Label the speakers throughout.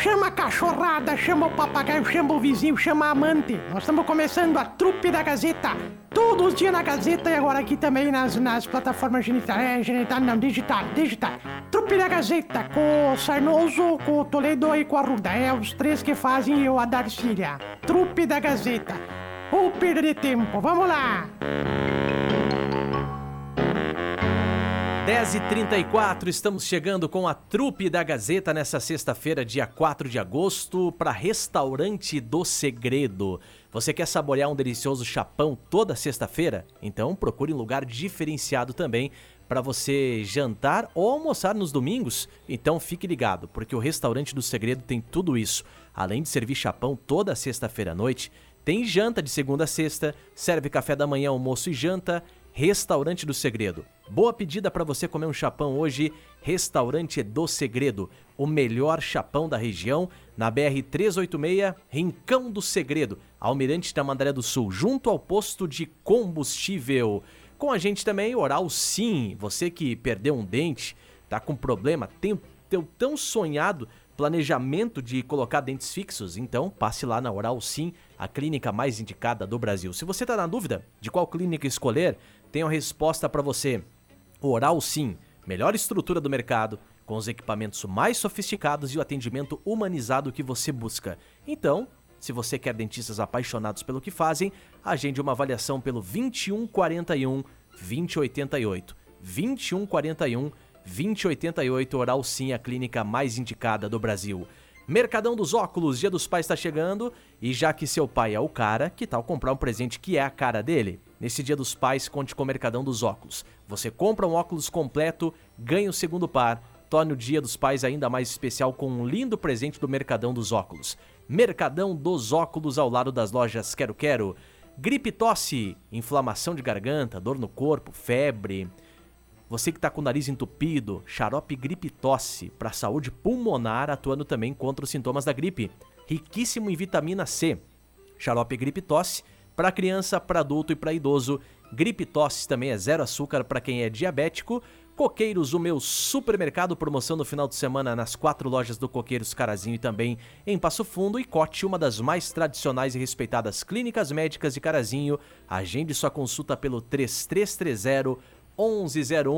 Speaker 1: Chama a cachorrada, chama o papagaio, chama o vizinho, chama a amante. Nós estamos começando a trupe da Gazeta. Todos os dias na Gazeta e agora aqui também nas, nas plataformas genital. É, genital não, digital, digital. Trupe da Gazeta, com o Sarnoso, com o Toledo e com a Ruda. É os três que fazem eu a Darcília. Trupe da Gazeta. Ou perder tempo, vamos lá!
Speaker 2: 10 e 34 estamos chegando com a trupe da Gazeta nessa sexta-feira, dia 4 de agosto, para Restaurante do Segredo. Você quer saborear um delicioso chapão toda sexta-feira? Então procure um lugar diferenciado também para você jantar ou almoçar nos domingos. Então fique ligado, porque o Restaurante do Segredo tem tudo isso. Além de servir chapão toda sexta-feira à noite, tem janta de segunda a sexta, serve café da manhã, almoço e janta. Restaurante do Segredo. Boa pedida para você comer um chapão hoje. Restaurante do Segredo, o melhor chapão da região, na BR 386, Rincão do Segredo, Almirante da Mandaré do Sul, junto ao posto de combustível. Com a gente também, Oral Sim, você que perdeu um dente, tá com problema, tem o teu tão sonhado planejamento de colocar dentes fixos, então passe lá na Oral Sim, a clínica mais indicada do Brasil. Se você está na dúvida de qual clínica escolher, tenho a resposta para você. Oral Sim, melhor estrutura do mercado, com os equipamentos mais sofisticados e o atendimento humanizado que você busca. Então, se você quer dentistas apaixonados pelo que fazem, agende uma avaliação pelo 2141 2088. 2141 2088 Oral Sim, a clínica mais indicada do Brasil. Mercadão dos óculos, Dia dos Pais está chegando e já que seu pai é o cara, que tal comprar um presente que é a cara dele? Nesse Dia dos Pais, conte com o Mercadão dos óculos. Você compra um óculos completo, ganha o segundo par, torne o Dia dos Pais ainda mais especial com um lindo presente do Mercadão dos óculos. Mercadão dos óculos ao lado das lojas Quero Quero. Gripe e tosse, inflamação de garganta, dor no corpo, febre. Você que está com o nariz entupido, xarope gripe tosse para saúde pulmonar, atuando também contra os sintomas da gripe. Riquíssimo em vitamina C. Xarope gripe tosse para criança, para adulto e para idoso. Gripe tosse também é zero açúcar para quem é diabético. Coqueiros, o meu supermercado, promoção no final de semana nas quatro lojas do Coqueiros Carazinho e também em Passo Fundo e Cote, uma das mais tradicionais e respeitadas clínicas médicas de Carazinho. Agende sua consulta pelo 3330 1101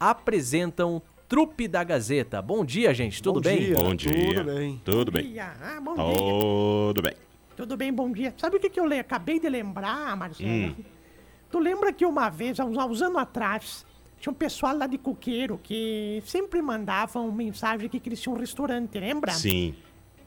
Speaker 2: apresentam Trupe da Gazeta. Bom dia, gente. Tudo
Speaker 3: Bom
Speaker 2: bem?
Speaker 3: dia.
Speaker 4: Bom
Speaker 3: Tudo
Speaker 4: dia.
Speaker 3: bem.
Speaker 4: Tudo
Speaker 1: Bom
Speaker 4: bem.
Speaker 1: dia. Ah, bom
Speaker 4: Tá
Speaker 1: dia.
Speaker 4: Tudo bem.
Speaker 1: Tudo bem, bom dia. Sabe o que, que eu le- acabei de lembrar, Marcelo? Tu lembra que uma vez, há uns, há uns anos atrás, tinha um pessoal lá de Coqueiro que sempre mandavam mensagem que eles tinham um restaurante, lembra?
Speaker 4: Sim.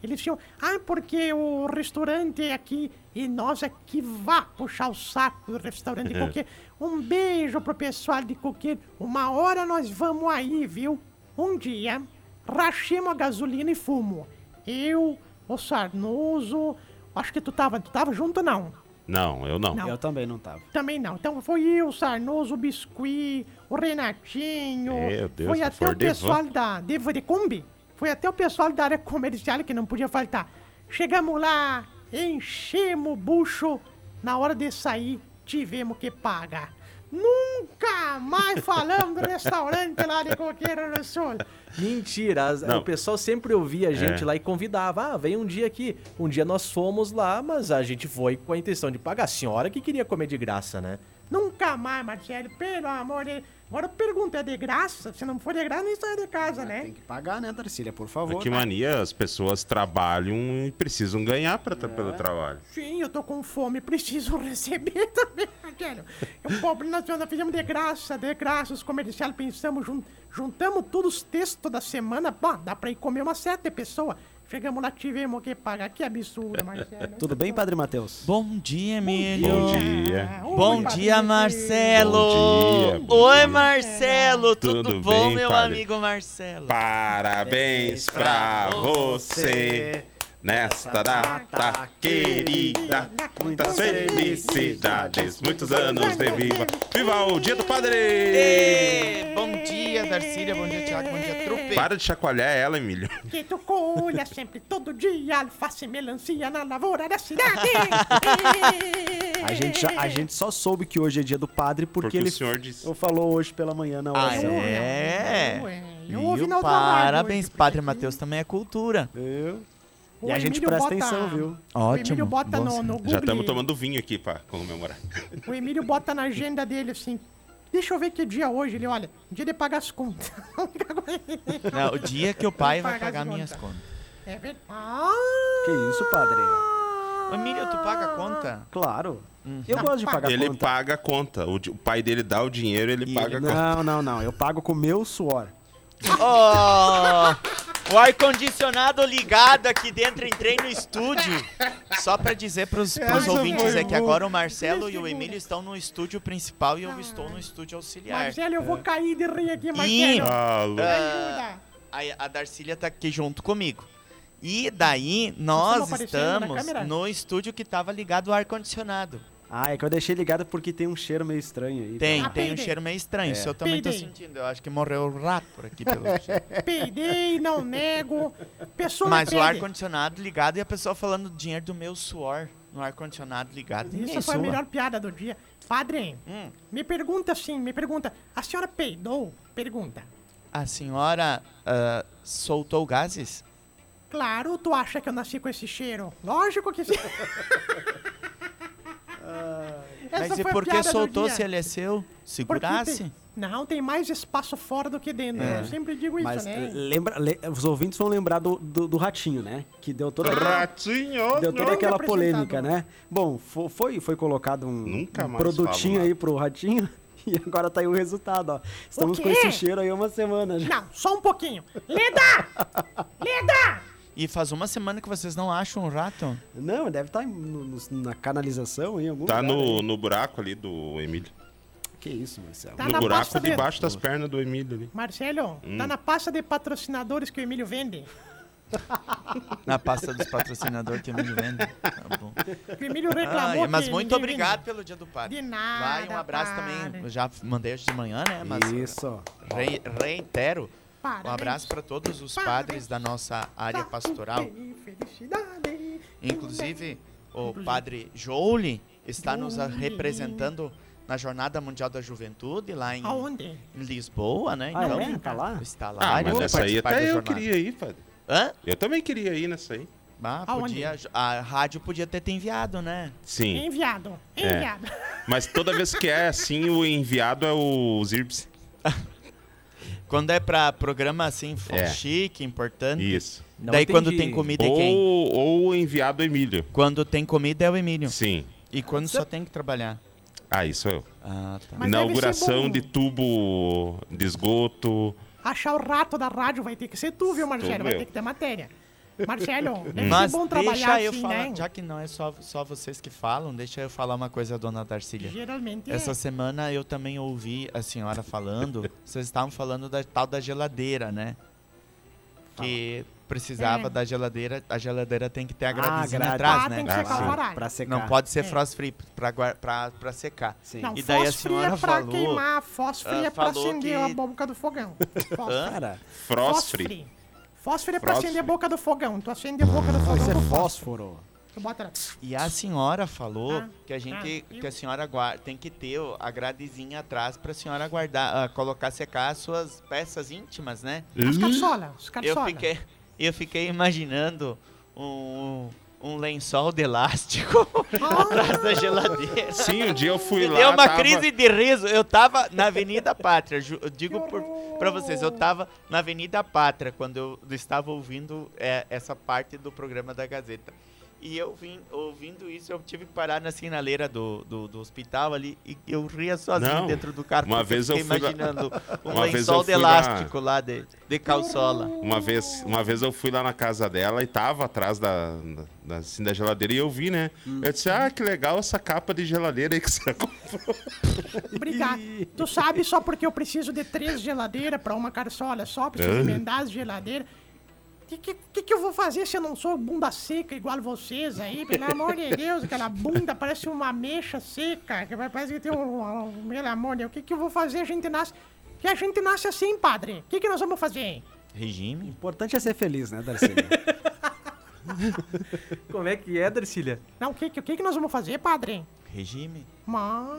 Speaker 1: Eles tinham. Ah, porque o restaurante é aqui e nós é que vá puxar o saco do restaurante de Coqueiro. Um beijo pro pessoal de Coqueiro. Uma hora nós vamos aí, viu? Um dia, rachemos a gasolina e fumo. Eu, o Sarnoso. Acho que tu tava. Tu tava junto, não?
Speaker 4: Não, eu não. É
Speaker 1: Não.
Speaker 3: Eu também não tava.
Speaker 1: Também não. Então foi eu, o Sarnoso, o Biscuit, o Renatinho.
Speaker 4: Meu Deus,
Speaker 1: foi
Speaker 4: tá
Speaker 1: até o
Speaker 4: Ford Evan.
Speaker 1: pessoal da. De, foi de Kombi. Foi até o pessoal da área comercial que não podia faltar. Chegamos lá, enchemos o bucho. Na hora de sair, tivemos que pagar. Nunca mais falamos do restaurante lá de Coqueiro do Sul.
Speaker 2: Mentira. as-
Speaker 4: Não.
Speaker 2: O pessoal sempre ouvia a gente
Speaker 4: É.
Speaker 2: lá e convidava. Ah, vem um dia aqui. Um dia nós fomos lá, mas a gente foi com a intenção de pagar. A senhora que queria comer de graça, né?
Speaker 1: Nunca mais, Marcelo, pelo amor de Agora pergunta, é de graça? Se não for de graça, nem sai de casa, né?
Speaker 3: Tem que pagar, né, Darcília? Por favor.
Speaker 4: Mas Que mania, as pessoas trabalham e precisam ganhar pra, tra- pelo trabalho.
Speaker 1: Sim, eu tô com fome, preciso receber também, Marcelo. O pobre nacional fizemos de graça, de graça, os comerciais pensamos, jun- juntamos todos os textos da semana, bah, dá pra ir comer uma certa pessoa. Chegamos lá, tivemos que pagar, que absurdo, Marcelo.
Speaker 3: Tudo bem, Padre Matheus?
Speaker 5: Bom dia, Emílio.
Speaker 4: Bom dia.
Speaker 1: Ah, oi,
Speaker 5: Bom
Speaker 1: padre.
Speaker 5: dia, Marcelo.
Speaker 4: Bom dia, bom
Speaker 5: Oi,
Speaker 4: dia.
Speaker 5: Marcelo. Tudo,
Speaker 4: Tudo
Speaker 5: bom,
Speaker 4: bem,
Speaker 5: meu
Speaker 4: padre?
Speaker 5: amigo Marcelo?
Speaker 4: Parabéns pra você nesta data querida. Muitas felicidades, muitos anos de viva. Viva o Dia do Padre!
Speaker 5: Ê, bom dia, Darcília. Bom dia, Tiago. Bom dia, trupe.
Speaker 4: Para de chacoalhar ela, Emílio.
Speaker 1: Que tu colha sempre, todo dia, alface e melancia na lavoura da cidade.
Speaker 3: A gente, já- a gente só soube que hoje é dia do padre porque,
Speaker 4: Porque
Speaker 3: ele
Speaker 4: o senhor disse.
Speaker 3: eu falou hoje pela manhã na
Speaker 5: Ah,
Speaker 3: oração.
Speaker 5: é?
Speaker 1: Eu
Speaker 5: Viu?
Speaker 1: é. ouvi na outra rádio
Speaker 5: Parabéns,
Speaker 1: hoje,
Speaker 5: Padre
Speaker 1: porque-
Speaker 5: Matheus. Também é cultura.
Speaker 3: Eu?
Speaker 1: o
Speaker 3: E a gente
Speaker 1: Emílio
Speaker 3: presta
Speaker 1: bota-
Speaker 3: atenção, viu?
Speaker 1: O Emílio
Speaker 6: Ótimo.
Speaker 1: bota
Speaker 6: bom
Speaker 1: no,
Speaker 6: sinal.
Speaker 1: no
Speaker 4: Já
Speaker 1: Google,
Speaker 4: estamos tomando vinho aqui pra comemorar.
Speaker 1: O Emílio bota na agenda dele assim. Deixa eu ver que dia é hoje. Ele olha, um dia de pagar as contas.
Speaker 5: Não, É, o dia que o pai vai
Speaker 1: Paga as
Speaker 5: pagar minhas
Speaker 1: contas.
Speaker 5: contas.
Speaker 1: é verdade.
Speaker 3: Que isso, padre?
Speaker 5: Ô, Emílio, tu paga a conta?
Speaker 3: Claro. Eu gosto de pagar
Speaker 4: ele
Speaker 3: conta.
Speaker 4: paga a conta. O, di- o pai dele dá o dinheiro, ele paga a conta.
Speaker 3: Não, não, não. Eu pago com o meu suor.
Speaker 5: Oh, o ar-condicionado ligado aqui dentro, entrei no estúdio. Só pra dizer pros, pros
Speaker 1: Essa
Speaker 5: ouvintes
Speaker 1: foi
Speaker 5: é que
Speaker 1: boa.
Speaker 5: agora o Marcelo e o
Speaker 1: Segura.
Speaker 5: Emílio estão no estúdio principal e eu estou no estúdio auxiliar.
Speaker 1: Marcelo, eu vou cair de rir aqui,
Speaker 5: É. Ih.
Speaker 1: Marcelo.
Speaker 4: Ah, Lu.
Speaker 1: Ajuda.
Speaker 5: A, a Darcília tá aqui junto comigo. E daí
Speaker 1: Vocês
Speaker 5: nós
Speaker 1: estão aparecendo na
Speaker 5: estamos
Speaker 1: câmera?
Speaker 5: no estúdio que tava ligado o ar-condicionado.
Speaker 3: Ah, é que eu deixei ligado porque tem um cheiro meio estranho aí. né?
Speaker 5: Tem,
Speaker 1: Ah,
Speaker 5: tem um
Speaker 1: peidei.
Speaker 5: cheiro meio estranho. Isso eu também tô
Speaker 1: Peidei.
Speaker 5: sentindo. Eu acho que morreu o rato por aqui pelo cheiro.
Speaker 1: Peidei, não nego. Pessoa
Speaker 5: Mas o
Speaker 1: aprende.
Speaker 5: ar-condicionado ligado e a pessoa falando do dinheiro do meu suor no ar-condicionado ligado. Ninguém
Speaker 1: Isso foi a
Speaker 5: sua.
Speaker 1: melhor piada do dia. Padre,
Speaker 5: Hum.
Speaker 1: me pergunta assim, me pergunta. A senhora peidou? Pergunta.
Speaker 5: A senhora ah, soltou gases?
Speaker 1: Claro, tu acha que eu nasci com esse cheiro? Lógico que sim. Essa
Speaker 5: Mas e
Speaker 1: foi a
Speaker 5: por que
Speaker 1: piada do
Speaker 5: soltou
Speaker 1: dia.
Speaker 5: se ele é seu?
Speaker 1: Porque
Speaker 5: Segurasse?
Speaker 1: Um tem- Não, tem mais espaço fora do que dentro.
Speaker 5: É.
Speaker 1: Eu sempre digo isso,
Speaker 3: Mas eh,
Speaker 1: né?
Speaker 3: lembra, le- os ouvintes vão lembrar do, do, do ratinho, né? Que deu toda,
Speaker 4: Ratinho!
Speaker 3: deu toda aquela
Speaker 1: apresentador.
Speaker 3: polêmica, né? Bom, fo- foi, foi colocado um,
Speaker 4: Nunca
Speaker 3: um
Speaker 4: mais
Speaker 3: produtinho
Speaker 4: falo nada.
Speaker 3: aí pro ratinho e agora tá aí o resultado, ó. Estamos
Speaker 1: O
Speaker 3: com
Speaker 1: quê?
Speaker 3: esse cheiro aí uma
Speaker 5: eh,
Speaker 3: semana já.
Speaker 1: Não, só um pouquinho. Leda! Leda!
Speaker 5: E faz uma semana que vocês não acham um rato?
Speaker 3: Não, deve tá estar na canalização aí em algum
Speaker 4: Tá
Speaker 3: lugar, né?
Speaker 4: no, no buraco ali do Emílio.
Speaker 3: Que isso, Marcelo?
Speaker 1: Tá
Speaker 4: no
Speaker 1: na
Speaker 4: buraco
Speaker 1: pasta
Speaker 4: ali
Speaker 1: dele.
Speaker 4: embaixo das pernas do Emílio ali.
Speaker 1: Marcelo,
Speaker 5: Hum.
Speaker 1: tá na pasta de patrocinadores que o Emílio vende?
Speaker 5: Na pasta dos patrocinadores que me vende. Tá bom.
Speaker 1: Que o Emílio reclamou
Speaker 5: Ah, mas
Speaker 1: que
Speaker 5: muito
Speaker 1: ninguém
Speaker 5: obrigado
Speaker 1: vende.
Speaker 5: pelo dia do padre.
Speaker 1: De nada,
Speaker 5: Vai, um abraço
Speaker 1: padre.
Speaker 5: também. Eu já mandei hoje de manhã, né? Mas
Speaker 3: Isso. ó.
Speaker 5: re- reitero. Um
Speaker 1: Parabéns.
Speaker 5: abraço para todos os
Speaker 1: Parabéns.
Speaker 5: padres da nossa área
Speaker 1: Tá,
Speaker 5: pastoral.
Speaker 1: Felicidade.
Speaker 5: Inclusive, o padre Joule está nos a-
Speaker 1: Joule.
Speaker 5: representando na Jornada Mundial da Juventude, lá em
Speaker 1: Aonde?
Speaker 5: em Lisboa, né?
Speaker 3: Ah, é? Tá lá?
Speaker 5: Está lá.
Speaker 4: Ah,
Speaker 5: ele
Speaker 4: mas
Speaker 5: vai
Speaker 4: essa aí
Speaker 5: participar da
Speaker 4: até eu
Speaker 5: jornada.
Speaker 4: queria ir, padre.
Speaker 5: Hã?
Speaker 4: Eu também queria ir nessa aí.
Speaker 5: Ah,
Speaker 1: Aonde?
Speaker 5: podia, a rádio podia ter te enviado, né?
Speaker 4: Sim.
Speaker 1: Enviado.
Speaker 4: É.
Speaker 1: Enviado.
Speaker 4: Mas toda vez que é assim, o enviado é o Zirbs.
Speaker 5: Quando é pra programa assim, fo-
Speaker 4: É.
Speaker 5: chique, importante.
Speaker 4: Isso.
Speaker 2: Não
Speaker 5: Daí quando
Speaker 2: entendi.
Speaker 5: tem comida é quem?
Speaker 4: Ou, ou o enviado é Emílio.
Speaker 5: Quando tem comida é o Emílio.
Speaker 4: Sim.
Speaker 5: E quando só tem que trabalhar.
Speaker 4: Ah, isso eu.
Speaker 5: Ah, tá.
Speaker 1: Mas
Speaker 4: Inauguração
Speaker 1: deve
Speaker 4: de
Speaker 1: ser
Speaker 4: tubo de esgoto.
Speaker 1: Achar o rato da rádio vai ter que ser tu, viu, Marcelo?
Speaker 4: Tu,
Speaker 1: Vai
Speaker 4: meu.
Speaker 1: ter que ter matéria. Marcelo, deve
Speaker 5: Hum. Mas
Speaker 1: ser É bom trabalhar
Speaker 5: deixa eu
Speaker 1: assim,
Speaker 5: falar,
Speaker 1: né?
Speaker 5: já que não é só, só vocês que falam, deixa eu falar uma coisa, dona Darcília.
Speaker 1: Geralmente
Speaker 5: Essa
Speaker 1: é.
Speaker 5: semana eu também ouvi a senhora falando, vocês estavam falando da tal da geladeira, né? Que precisava
Speaker 1: É.
Speaker 5: da geladeira, a geladeira tem que ter a
Speaker 3: Ah,
Speaker 5: gradezinha
Speaker 3: grade.
Speaker 5: atrás,
Speaker 1: Ah,
Speaker 5: né?
Speaker 1: tem que ser
Speaker 4: Ah,
Speaker 1: calma, caralho.
Speaker 3: Pra secar.
Speaker 5: Não pode ser
Speaker 1: É.
Speaker 5: frost free pra, guar- pra, pra secar.
Speaker 3: Sim.
Speaker 1: Não,
Speaker 5: E daí a
Speaker 1: fósforo é
Speaker 5: senhora
Speaker 1: pra
Speaker 5: falou-
Speaker 1: queimar, fósforo
Speaker 5: Ah,
Speaker 1: é pra
Speaker 5: falou
Speaker 1: acender
Speaker 5: que-
Speaker 1: a boca do fogão. Fósforo.
Speaker 3: Cara,
Speaker 4: Frostfree.
Speaker 1: Fósforo é pra
Speaker 4: Fósforo.
Speaker 1: acender a boca do fogão. Tu acende a boca do
Speaker 3: isso é
Speaker 1: fogão.
Speaker 3: fósforo.
Speaker 1: Tu bota lá.
Speaker 5: E a senhora falou
Speaker 1: Ah,
Speaker 5: que a gente,
Speaker 1: ah,
Speaker 5: que a senhora guar- tem que ter o- a gradezinha atrás pra senhora guardar, ah, colocar secar as suas peças íntimas, né?
Speaker 1: As carçolas, as
Speaker 5: Eu
Speaker 1: carçolas.
Speaker 5: fiquei, eu fiquei imaginando um, um lençol de elástico
Speaker 1: Ah,
Speaker 5: atrás da geladeira.
Speaker 4: Sim, um dia eu fui
Speaker 5: Me
Speaker 4: lá.
Speaker 5: deu uma
Speaker 4: tava-
Speaker 5: crise de riso. Eu tava na Avenida Pátria. ju- Eu digo por, pra vocês, eu tava na Avenida Pátria quando eu estava ouvindo é, essa parte do programa da Gazeta. E eu vim ouvindo isso, eu tive que parar assim, na sinaleira do, do, do hospital ali e eu ria sozinho
Speaker 4: Não,
Speaker 5: dentro do carro.
Speaker 4: uma
Speaker 5: porque
Speaker 4: vez eu
Speaker 5: fiquei
Speaker 4: fui na-
Speaker 5: imaginando um
Speaker 4: uma vez
Speaker 5: lençol
Speaker 4: eu
Speaker 5: de
Speaker 4: fui na-
Speaker 5: elástico lá de, de calçola.
Speaker 4: Uma vez, uma vez eu fui lá na casa dela e tava atrás da, da- da, assim, da geladeira e eu vi, né?
Speaker 5: Hum.
Speaker 4: Eu disse, ah, que legal essa capa de geladeira aí que você comprou.
Speaker 1: Obrigado. Tu sabe só porque eu preciso de três geladeiras pra uma carçola só, preciso
Speaker 4: Ah.
Speaker 1: emendar as geladeiras. O que, que, que eu vou fazer se eu não sou bunda seca igual vocês aí? Pelo amor de Deus, aquela bunda parece uma mecha seca. que Parece que tem um. um- Pelo amor de Deus, o que, que eu vou fazer? A gente nasce. Que a gente nasce assim, padre. O que, que nós vamos fazer?
Speaker 5: Regime?
Speaker 3: O importante é ser feliz, né, Darcília?
Speaker 2: Como é que é, Darcília?
Speaker 1: Não, o que, que, o que, que nós vamos fazer, padre?
Speaker 5: Regime?
Speaker 4: Hum.
Speaker 1: Mas.